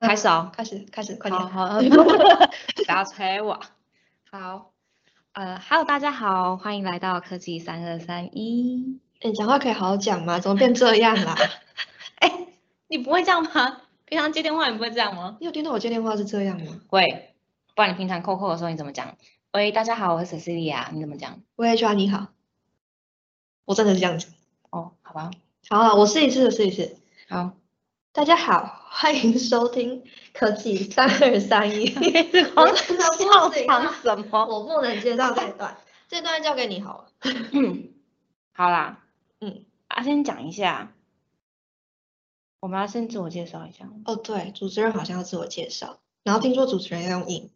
开始啊、哦，开始，开始，快点！好 好，不要催我。好，呃，Hello，大家好，欢迎来到科技三二三一。你哎讲话可以好好讲吗？怎么变这样 啦？哎、你不会这样吗？平常接电话你不会这样吗？你有听到我接电话是这样吗？会，不然你平常扣扣的时候你怎么讲？喂，大家好，我是 Cecilia，你怎么讲？喂，HR 你好，我真的是这样子。哦，好吧，好了，我试一次，我试一次。好， 大家好，欢迎收听科技三二三一。我我真的不行啊什么？ 我不能接到这一段，这段交给你好了。嗯好啦，嗯，啊，先讲一下，我们要先自我介绍一下。哦，对，主持人好像要自我介绍，然后听说主持人要用硬，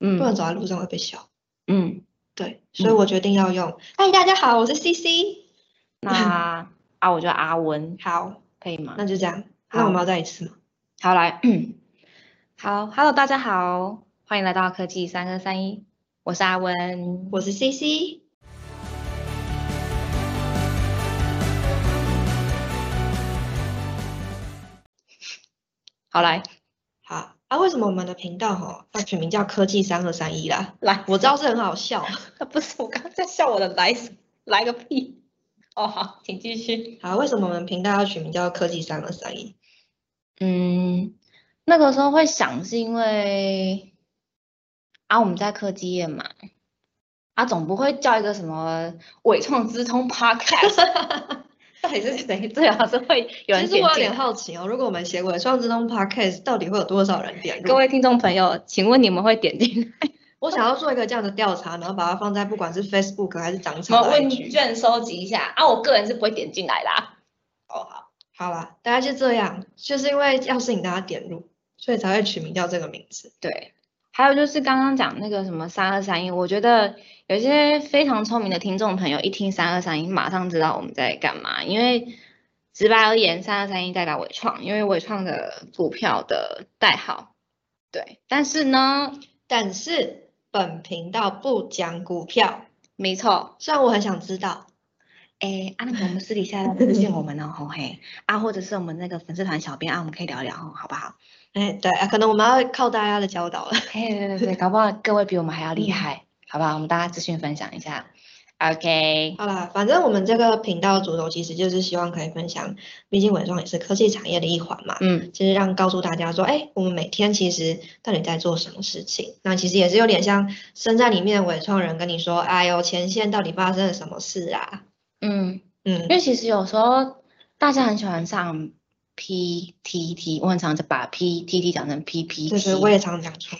嗯不然走在路上会被笑。嗯，对，所以我决定要用。嗨，大家好，我是 CC。那 啊，我叫阿文，好，可以吗那？就这样。好那我们要再一次吗？好，来，好，Hello，大家好，欢迎来到科技三二三一，我是阿文，我是 CC。好来好啊，为什么我们的频道哈要取名叫科技三二三一啦？来，我知道是很好笑。不是我刚刚在笑我的来来个屁，哦好，请继续。好，为什么我们频道要取名叫科技三二三一？ 嗯，那个时候会想是因为啊我们在科技业嘛，啊总不会叫一个什么伟创资通 Podcast，到 底是谁？最好是会 有人其实点进我有点好奇哦，如果我们写过双之通 Podcast，到底会有多少人点入？各，位听众朋友，请问你们会点进我想要做一个这样的调查，然后把它放在不管是 Facebook 还是长什么草的问 IG。卷收集一下啊？我个人是不会点进来的、啊。哦好啦，大概就这样，就是因为要吸引大家点入，所以才会取名叫这个名字。对，还有就是刚刚讲那个什么三二三一，我觉得有些非常聪明的听众朋友一听三二三一，马上知道我们在干嘛。因为直白而言，三二三一代表伟创，因为伟创的股票的代号。对，但是呢，但是本频道不讲股票，没错，虽然我很想知道，哎，啊，那个我们私底 下私信我们哦，吼嘿，啊，或者是我们那个粉丝团小编啊，我们可以聊聊，哦好不好？哎，对，啊可能我们要靠大家的教导了。 嘿， 对对对，搞不好各位比我们还要厉害，嗯好不好？我们大家资讯分享一下。OK，好啦，反正我们这个频道主轴其实就是希望可以分享，毕竟文创也是科技产业的一环嘛，嗯，就是让告诉大家说，哎，我们每天其实到底在做什么事情？那其实也是有点像身在里面的伪创人跟你说，哎呦，前线到底发生了什么事啊？嗯，因嗯，为其实有时候大家很喜欢上 PTT，我很常就把 PTT 讲成 PPT。就是我也常讲错，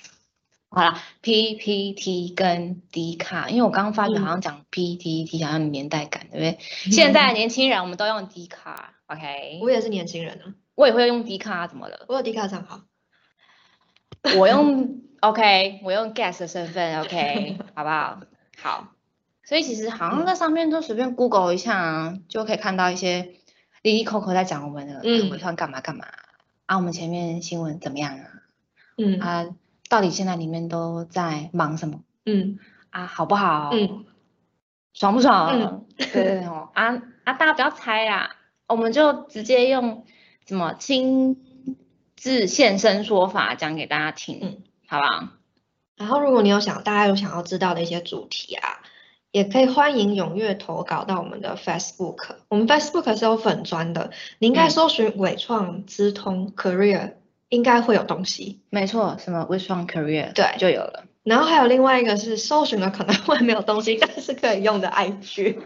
好啦 p p t 跟 D 卡，因为我刚刚发觉嗯好像讲 PTT 好像有年代感，对不对？现在的年轻人我们都用 D 卡，OK，我也是年轻人啊，我也会用 D 卡，怎么了？ 我有迪卡账号，我用 OK，我用 guest 的身份 OK，好不好？好，所以其实好像在上面都随便 Google 一下、啊，就可以看到一些滴滴扣扣在讲我们的嗯尾创干嘛干嘛啊，我们前面新闻怎么样啊？嗯啊，到底现在里面都在忙什么嗯啊？好不好？嗯，爽不爽？嗯对对对哦， 啊啊，大家不要猜啦，我们就直接用什么亲自现身说法讲给大家听，嗯好不好？然后如果你有想大家有想要知道的一些主题啊，也可以欢迎踊跃投稿到我们的 Facebook，我们 Facebook 是有粉砖的，你应该嗯搜寻伟创资通 Career，应该会有东西。没错，什么 Which One Career 对就有了。然后还有另外一个是搜寻了可能会没有东西，但是可以用的 IG。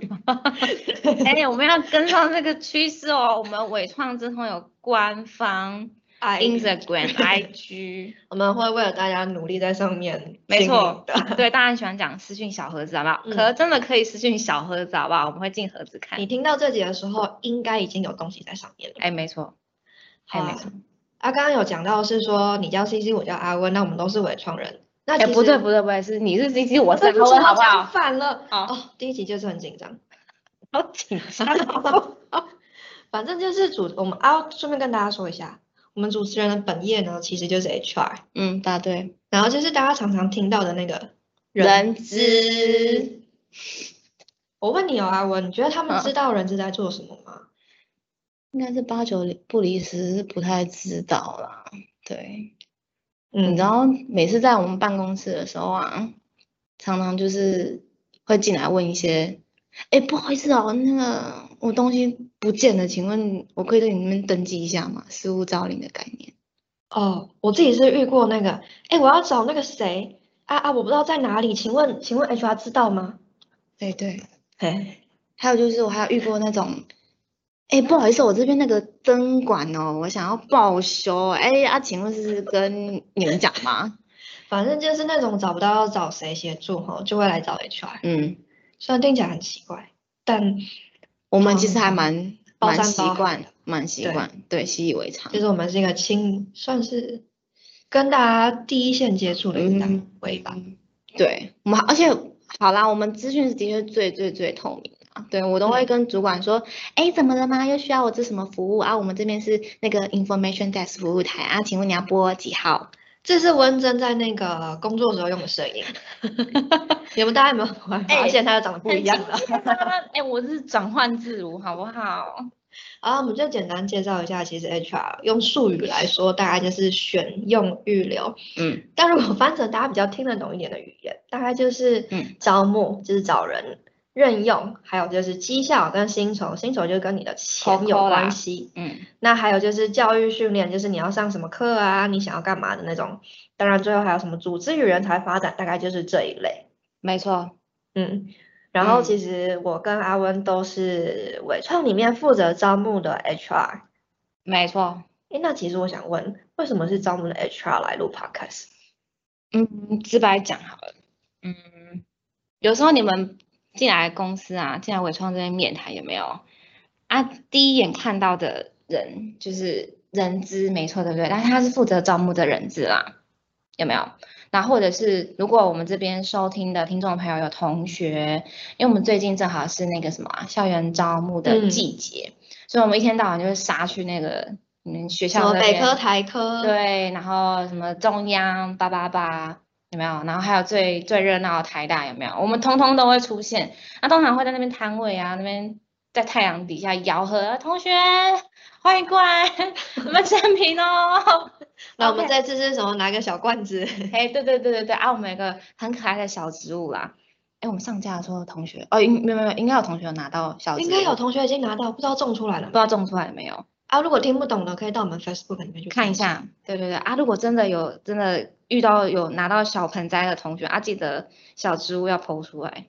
哎、我们要跟上这个趋势哦。我们伟创之通有官方哎 Instagram、IG，我们会为了大家努力在上面没错经营的。对，大家很喜欢讲私讯小盒子，好不好？嗯可真的可以私讯小盒子，好不好？我们会进盒子看你。听到这集的时候，应该已经有东西在上面了。哎、没错，哎、好啊没错。啊，刚刚有讲到是说你叫 CC，我叫阿温，那我们都是伪创人。那哎、其不实对不对不对，是你是 C C，我是对 C 不起，好不好？讲反了。好哦，第一集就是很紧张。 好紧张。反正就是主，我们啊，顺便跟大家说一下，我们主持人的本业呢，其实就是 HR， 嗯，答对。然后就是大家常常听到的那个人资。资我问你哦，阿文，你觉得他们嗯知道人资在做什么吗？应该是八九不离十，是不太知道啦。对，你嗯知，道每次在我们办公室的时候啊，常常就是会进来问一些，哎，不好意思哦，那个我东西不见了，请问我可以在你那边登记一下吗？失物招领的概念。哦，我自己是遇过那个，哎，我要找那个谁啊啊，我不知道在哪里，请问请问 HR 知道吗？对对，嘿，还有就是我还有遇过那种，哎，不好意思，我这边那个灯管哦，我想要报修，哎啊，请问是跟你们讲吗？反正就是那种找不到要找谁协助吼，就会来找 HR，嗯，虽然听起来很奇怪，但我们其实还嗯蛮包蛮山习包海惯的，蛮习对惯，对，习以为常就。是我们是一个亲，算是跟大家第一线接触的一个单嗯位吧。嗯对，我们而且好啦，我们资讯是的确最最最透明的啊。对我都会嗯跟主管说，哎，怎么了吗？又需要我这什么服务啊？我们这边是那个 information desk 服务台啊，请问你要拨几 号？这是温真在那个工作时候用的声 音，你们大家有没有发哎现他长得不一样了？哎，我是转换自如，好不好？好，我们就简单介绍一下，其实 HR 用术语来说，大概就是选用预留。嗯，但如果翻成大家比较听得懂一点的语言，大概就是嗯招募，就是找人。任用，还有就是绩效跟薪酬，薪酬就跟你的钱有 Coco 啦关系。嗯，那还有就是教育训练，就是你要上什么课啊，你想要干嘛的那种。当然，最后还有什么组织与人才发展，大概就是这一类。没错，嗯，然后嗯其实我跟阿温都是伟创里面负责招募的 HR。没错。诶，那其实我想问，为什么是招募的 HR 来录 Podcast？嗯，直白讲好了。嗯，有时候你们进来公司啊，进来伟创这边面谈有没有啊？第一眼看到的人就是人资，没错，对不对？但是他是负责招募的人资啦，有没有？那或者是如果我们这边收听的听众朋友有同学，因为我们最近正好是那个什么啊校园招募的嗯季节，所以我们一天到晚就是杀去那个你们学什校么那北边科、台科？，对，然后什么中央八八八有没有？然后还有最最热闹的台大有没有？我们通通都会出现。那、通常会在那边摊位啊，那边在太阳底下吆喝，同学欢迎过来， 我们占平哦。 那我们这次是什么？拿个小罐子？哎，对对对对对啊，我们有个很可爱的小植物啦。哎，我们上架的时候，同学哦，应没有没有，应该有同学有拿到小植物， 应该有同学已经拿到，不知道种出来了不知吗道种出来没有？啊？如果听不懂的，可以到我们 Facebook 里面去看一。下，对对对啊！如果真的有真的遇到有拿到小盆栽的同学啊，记得小植物要剖出来。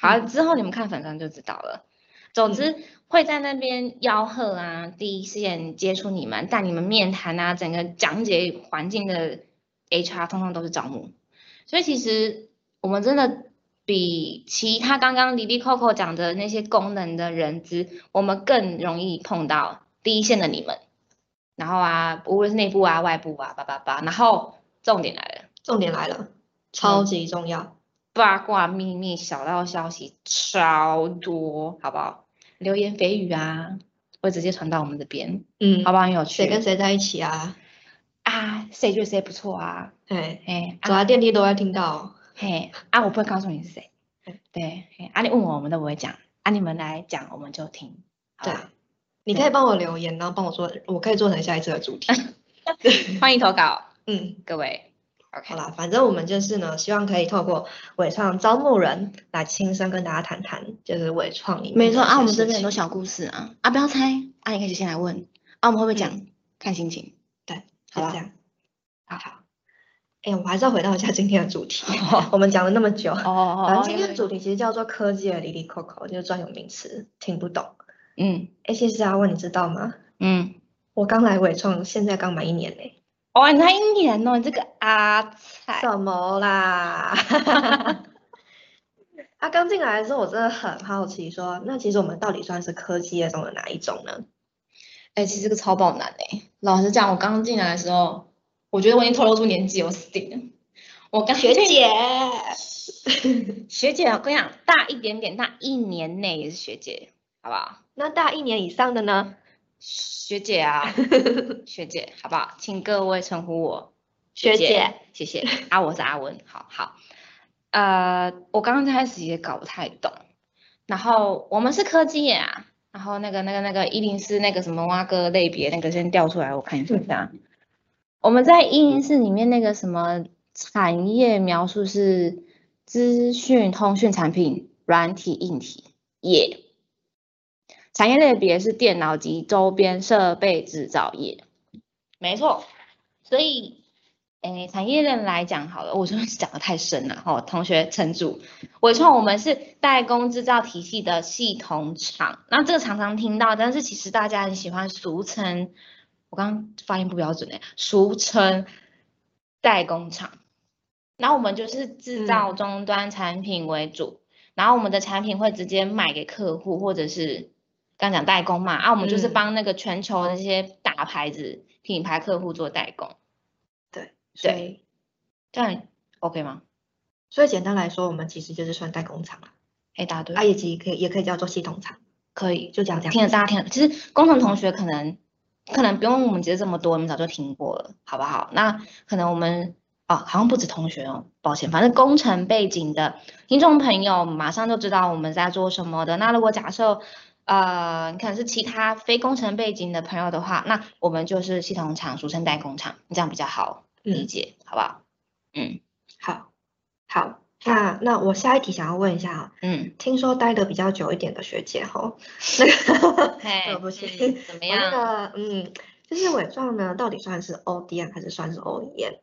好，啊嗯之后你们看粉砖就知道了。总之会在那边吆喝啊，第一时间接触你们，带你们面谈啊，整个讲解环境的 HR 通通都是招募，所以其实我们真的比其他刚刚 Lily Coco 讲的那些功能的人资，我们更容易碰到第一线的你们。然后啊，无论是内部啊、外部啊，叭叭叭。然后重点来了，重点来了，超级重要。八卦、秘密、小道消息超多，好不好？流言蜚语啊，会直接传到我们这边，嗯，好不好？很有趣。谁跟谁在一起啊？啊？谁觉得谁不错啊？哎，哎、走啊在电梯都会听到。嘿啊，我不会告诉你是谁嗯。对，嘿啊，你问我我们都不会讲，啊，你们来讲我们就听。好对吧，你对可以帮我留言，然后帮我做，我可以做成下一次的主题。欢迎投稿，嗯，各位。OK，好啦，反正我们就是呢，希望可以透过伟创招募人来亲身跟大家谈谈，就是伟创里面没错的一些啊，我们这边事很多情小故事啊啊，不要猜啊，你可以先来问啊，我们会不会讲？看心情。对，好是吧这。样。好好，哎，我们还是要回到一下今天的主题 哦，我们讲了那么久，哦哦， 反哦正今天的主题其实叫做科技的 Lily Coco，就是专有名词，听不懂。嗯哎，其实阿问你知道吗？嗯，我刚来伟创，现在刚满一年嘞。哦，你才一年哦，你这个阿菜，什么啦？ 他刚进来的时候，我真的很好奇说那其实我们到底算是科技业中的哪一种呢？哎、其实这个超爆难哎、老实讲，我刚进来的时候，我觉得我已经透露出年纪，我死定了。我刚学进姐，学姐，我跟你讲，大一点点，大一年内也是学姐，好不好？ 那大一年以上的呢？学姐 啊，学姐，好不好？请各位称呼我学姐，谢谢。啊，我是阿文，好好。呃，我刚刚开始也搞不太懂，然后我们是科技业啊，然嗯后那个那个那个一零四那个什么蛙哥类别那个先调出来，我看一下。我们在一零四里面那个什么产业描述是资讯通讯产品、软体、硬体业。产业类别是电脑及周边设备制造业。没错，所以，诶，产业链来讲好了，我是不是讲的太深了？吼，同学撑住。伟创我们是代工制造体系的系统厂，那这个常常听到，但是其实大家很喜欢俗称，我刚刚发音不标准哎，俗称代工厂。然后我们就是制造终端产品为主，然后我们的产品会直接卖给客户，或者是刚讲代工嘛，啊，我们就是嗯帮那个全球那些大牌子、品牌客户做代工，对，所对以这样 OK 吗？所以简单来说，我们其实就是算代工厂啊，哎，答对，啊，也其实可以也可以叫做系统厂，可以，就这样这听样。了大家听了，其实工程同学可能可能不用我们解释这么多，你们早就听过了，好不好？那可能我们啊、好像不止同学哦，抱歉，反正工程背景的听众朋友马上就知道我们在做什么的。那如果假设呃，你可能是其他非工程背景的朋友的话，那我们就是系统厂，俗称代工厂，这样比较好理嗯，解，好不好？嗯好，好，那那我下一题想要问一下哦，嗯，听说待的比较久一点的学姐吼，那个嘿，对不起嗯怎么我那样？个嗯，就是伪装呢，到底算是 ODM 还是算是 E OEM？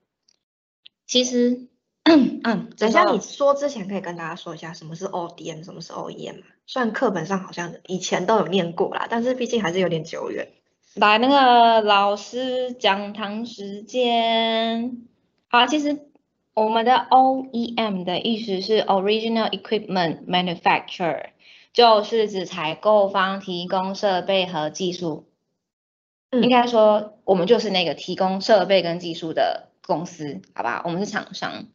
其实， 嗯，等一下你你说之前可以跟大家说一下什么是 ODM，什么是 OEM 吗？啊虽然课本上好像以前都有念过啦，但是毕竟还是有点久远。来，那个老师讲堂时间。好，其实我们的 OEM 的意思是 Original Equipment Manufacturer，就是指采购方提供设备和技术。嗯应该说，我们就是那个提供设备跟技术的公司，好吧？我们是厂商。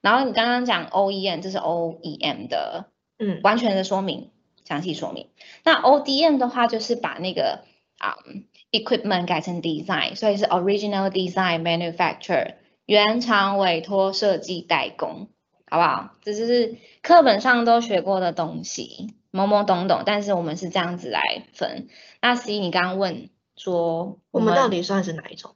然后你刚刚讲 OEM，这是 OEM 的嗯完全的说明，详细说明。那 ODM 的话，就是把那个啊、嗯 equipment 改成 design，所以是 original design manufacturer，原厂委托设计代工，好不好？这就是课本上都学过的东西，懵懵懂懂。但是我们是这样子来分。那 C，你刚刚问说我们到底算是哪一种？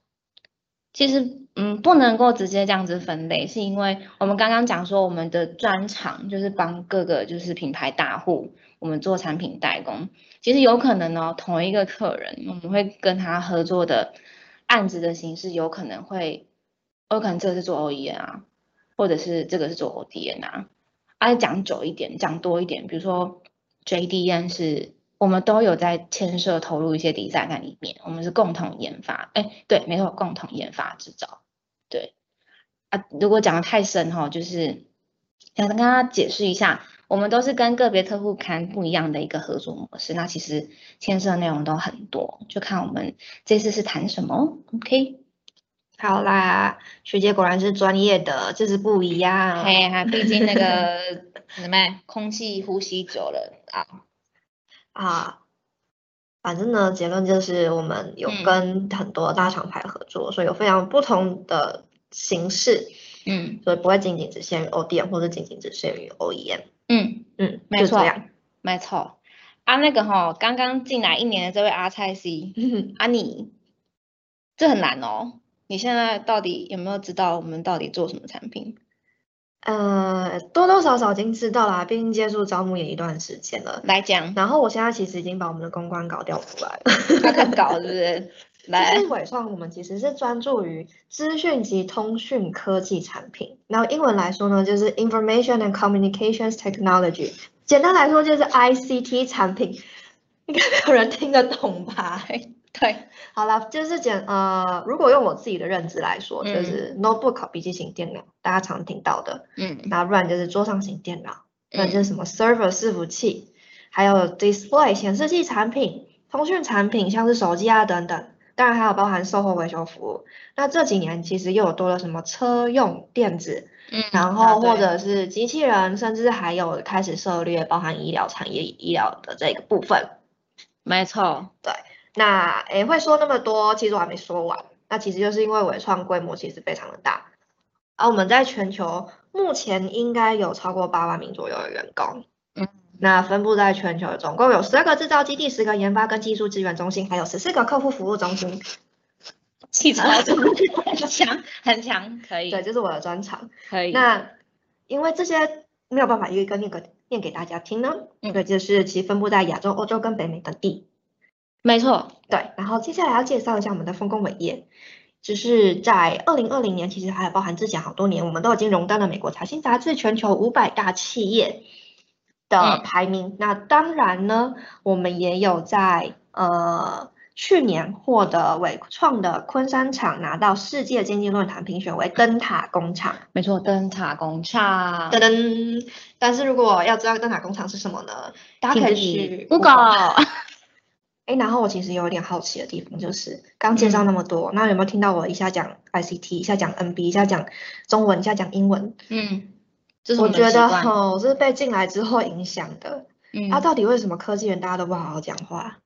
其实，嗯，不能够直接这样子分类，是因为我们刚刚讲说，我们的专长就是帮各个就是品牌大户，我们做产品代工。其实有可能哦，同一个客人，我们会跟他合作的案子的形式，有可能会，有可能这个是做 OEM 啊，或者是这个是做 ODM 啊。啊，讲久一点，讲多一点，比如说 JDN 是我们都有在牵涉投入一些 design 在里面，我们是共同研发，哎，对，没错，共同研发制造，对，啊，如果讲的太深哈、就是想跟大家解释一下，我们都是跟个别客户谈不一样的一个合作模式，那其实牵涉的内容都很多，就看我们这次是谈什么哦，OK，好啦，学姐果然是专业的，就是不一样。哎呀，毕竟那个 什么空气呼吸久了啊，啊，反正呢，结论就是我们有嗯跟很多大厂牌合作，所以有非常不同的形式，嗯所以不会仅仅只限于 ODM 或者仅仅只限于 OEM。嗯。嗯，没就这错样。没错，啊，那个吼、刚刚进来一年的这位阿蔡 C，啊嗯你，这很难哦。你现在到底有没有知道我们到底做什么产品？呃，多多少少已经知道啦，毕竟接触招募也一段时间了。来讲，然后我现在其实已经把我们的公关搞掉出来了。他看稿是不是？来其实，伟创我们其实是专注于资讯及通讯科技产品，然后英文来说呢，就是 Information and Communications Technology，简单来说就是 ICT 产品，应该没有人听得 懂吧？对，好啦，就是简呃，如果用我自己的认知来说，就嗯是 notebook 笔记型电脑，大家常听到的，嗯，那不然就是桌上型电脑，那嗯就是什么 server 伺服器，还有 display 显示器产品、通讯产品，像是手机啊等等。当然还有包含售后维修服务。那这几年其实又有多了什么车用电子，嗯，然答后或对者是机器人，甚至还有开始涉猎包含医疗产业、医疗的这个部分。没错，那诶，会说那么多，其实我还没说完。那其实就是因为伟创规模其实非常的大，啊而我们在全球目前应该有超过八万名左右的员工。嗯，那分布在全球，总共有十二个制造基地、十个研发跟技术支援中心，还有十四个客户服务中心。气超足，很强很强，可以对，这是我的专长。可以。那因为这些没有办法一个一个念个念给大家听呢，嗯对，就是其实分布在亚洲、欧洲跟北美等地。没错，对，然后接下来要介绍一下我们的丰功伟业，就是在二零二零年，其实还有包含之前好多年，我们都已经荣登了美国财新杂志全球五百大企业的嗯排名。那当然呢，我们也有在呃去年获得伟创的昆山厂拿到世界经济论坛评选为灯塔工厂。没错，灯塔工厂噔。噔！但是如果要知道灯塔工厂是什么呢，大家请可以自己去 Google。哎，然后我其实有一点好奇的地方就是，刚介绍嗯那么多，那有没有听到我一下讲 ICT，一下讲 NB，一下讲中文，一下讲英文？嗯，这是我们的觉习得惯吼，我是被进来之后影响的。嗯啊，到底为什么科技人大家都不好好讲 话？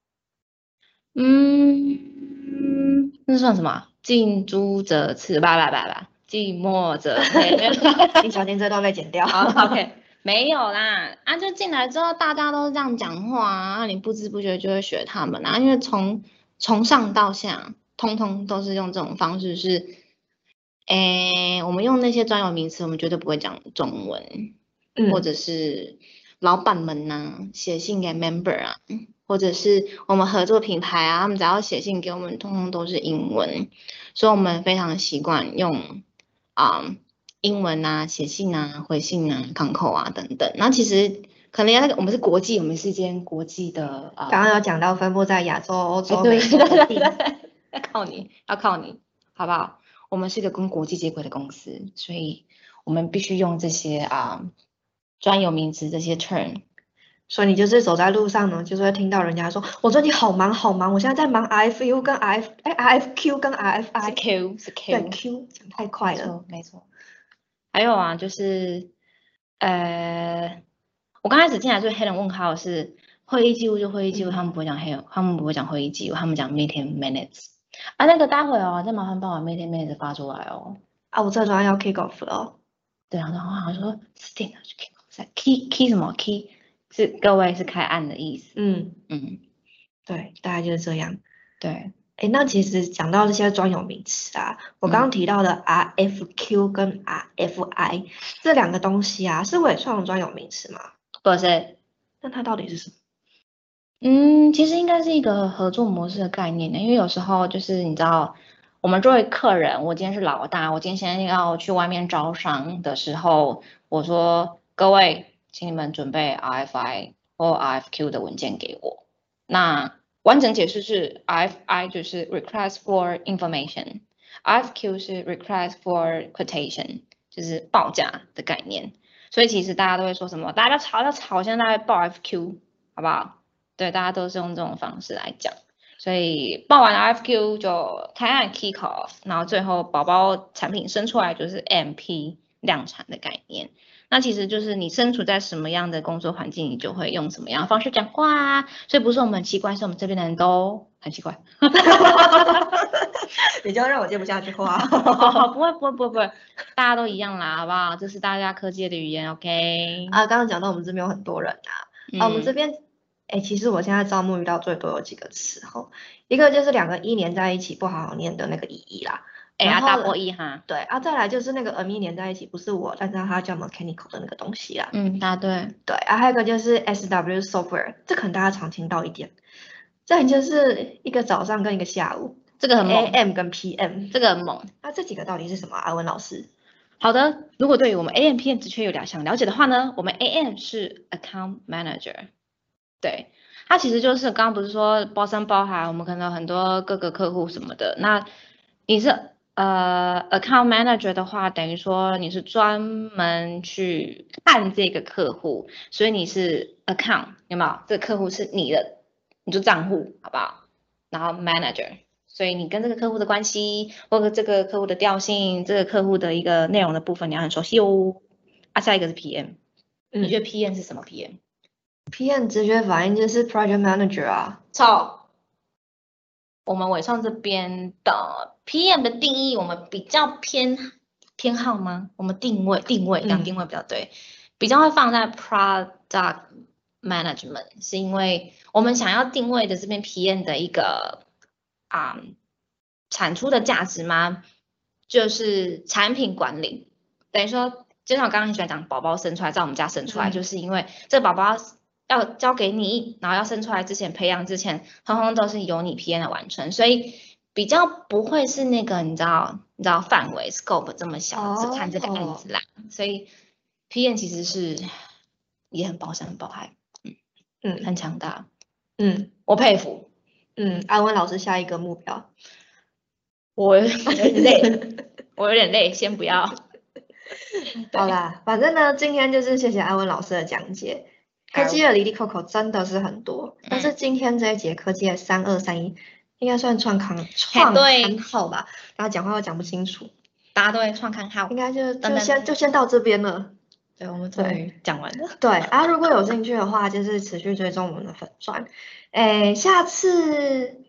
嗯，那算什么？近朱者赤，吧吧吧吧，近墨者黑。 没有你小心这段被剪掉。好，OK，没有啦。啊，就进来之后，大家都是这样讲话啊，你不知不觉就会学他们啊，因为从从上到下，通通都是用这种方式是。诶，我们用那些专有名词，我们绝对不会讲中文。嗯或者是老板们呐、写信给 member 啊，或者是我们合作品牌啊，他们只要写信给我们，通通都是英文，所以我们非常习惯用啊、英文啊、写信啊、回信啊、港口啊等等。那其实可能那个我们是国际，我们是一间国际的啊，刚刚有讲到分布在亚洲、欧洲、哦对美 对国对地对，要靠你，要靠你，好不好？我们是一个跟国际接轨的公司，所以我们必须用这些啊、专有名词这些 term。所以你就是走在路上呢，就是会听到人家说：“我最近好忙好忙，我现在在忙 RFU 跟 RF 哎 RFQ 跟 RFI。” Q 是 Q，对 Q 讲太快没了。错没错。还有啊，就是呃，我刚开始进来对黑人问号是会议记录就会议记录，他们不会讲黑人，他们不会讲会议记录，他们讲 meeting minutes。啊，那个待会哦，再麻烦帮我 meeting minutes 发出来哦。啊，我这周要 kick off 了哦。对啊，然后好像说 sting 去 key key key 什么 key 是各位是开案的意思。嗯，嗯，对，大概就是这样。对，哎，那其实讲到这些专有名词啊，我刚刚提到的 RFQ 跟 RFI 这两个东西啊，是伟创的专有名词吗？不是。那它到底是什么？嗯，其实应该是一个合作模式的概念的，因为有时候就是你知道，我们作为客人，我今天是老大，我今天要去外面招商的时候，我说各位，请你们准备 RFI 或 RFQ 的文件给我。那完整解释是 RFI 就是 Request for Information，RFQ 是 Request for Quotation，就是报价的概念。所以其实大家都会说什么，大家吵要吵，现在大家报 FQ，好不好？对，大家都是用这种方式来讲。所以报完 RFQ 就开案 kick off，然后最后宝宝产品生出来就是 MP 量产的概念。那其实就是你身处在什么样的工作环境，你就会用什么样的方式讲话啊。所以不是我们很奇怪，是我们这边的人都很奇怪。 你就让我接不下去 话。不会不会不会不会，大家都一样啦，好不好？这是大家科技的语言，OK？啊，刚刚讲到我们这边有很多人啊，嗯啊，我们这边，哎，其实我现在招募遇到最多有几个词吼，一个就是两个一连在一起不好好念的那个一一啦，哎呀然后大呢波一哈，对啊，再来就是那个 m 咪连在一起，不是我，但是它叫 mechanical 的那个东西啦。嗯，答对，对，啊，还有一个就是 SW software，这可能大家常听到一点。再来就是一个早上跟一个下午这个很猛， ，AM 跟 PM，这个很猛。那这几个到底是什么啊？阿文老师，好的，如果对于我们 AM、PM 职缺有了想了解的话呢，我们 AM 是 Account Manager，对，它其实就是刚刚不是说包山包海，我们可能有很多各个客户什么的。那你是呃 Account Manager 的话，等于说你是专门去看这个客户，所以你是 Account 有没有？这个客户是你的，你就账户好不好？然后 Manager。所以你跟这个客户的关系，或者这个客户的调性，这个客户的一个内容的部分，你要很熟悉哦。啊，下一个是 PM，、嗯你觉得 PM 是什么 PM？ ，PM 直觉反应就是 project manager 啊，操，我们伟创这边的 PM 的定义，我们比较偏偏好吗？我们定位定位讲嗯定位比较对，比较会放在 product management，是因为我们想要定位的这边 PM 的一个啊、产出的价值吗？就是产品管理，等于说，就像我刚刚很喜欢讲，宝宝生出来在我们家生出来，嗯就是因为这宝宝要交给你，然后要生出来之前培养之前，通通都是由你 PM 来完成，所以比较不会是那个你知道你知道范围 scope 这么小，只看这个案子啦，所以 PM 其实是也很包山包海，嗯很强大，嗯我佩服。嗯，安文老师下一个目标，我有点累，我有点累，先不要。好啦，反正呢，今天就是谢谢安文老师的讲解。科技的离离扣扣真的是很多，嗯但是今天这一节科技的三二三一应该算创刊创对刊号吧，然后讲话又讲不清楚，大家都会创刊号应。该就等就等先就先到这边了。对，我们终对于讲完了。对啊，如果有兴趣的话，就是持续追踪我们的粉钻。诶，下次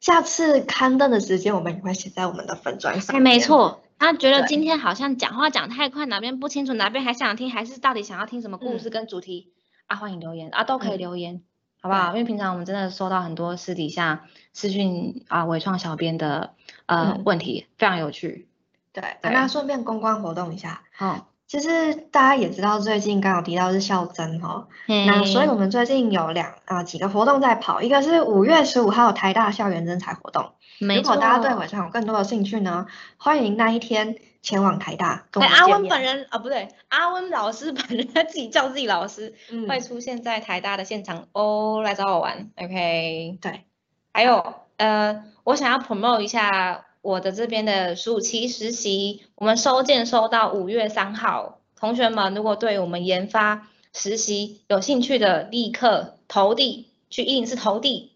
下次刊登的时间我们也会写在我们的粉钻上哎，面。没错，他觉得对今天好像讲话讲太快，哪边不清楚，哪边还想听，还是到底想要听什么故事跟主题、啊？欢迎留言啊，都可以嗯留言，好不好？因为平常我们真的收到很多私底下私讯啊，伟创小编的呃、嗯问题，非常有趣。对，啊对那顺便公关活动一下。哦，其实大家也知道，最近刚好提到是校征哈、哦，嗯那所以我们最近有两啊、几个活动在跑，一个是五月十五号台大校园征才活动，以如没果错，大家对伟创有更多的兴趣呢，欢迎那一天前往台大跟哎，我们阿见温面。本人啊，不对，阿温老师本人他自己叫自己老师，嗯会出现在台大的现场哦，来找我玩，OK。对，还有呃，我想要 promote 一下我的这边的暑期实习，我们收件收到五月三号，同学们如果对我们研发实习有兴趣的，立刻投递去一零四投递。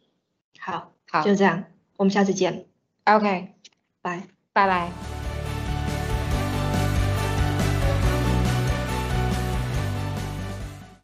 好，好就这样，我们下次见， ，OK，拜。拜拜。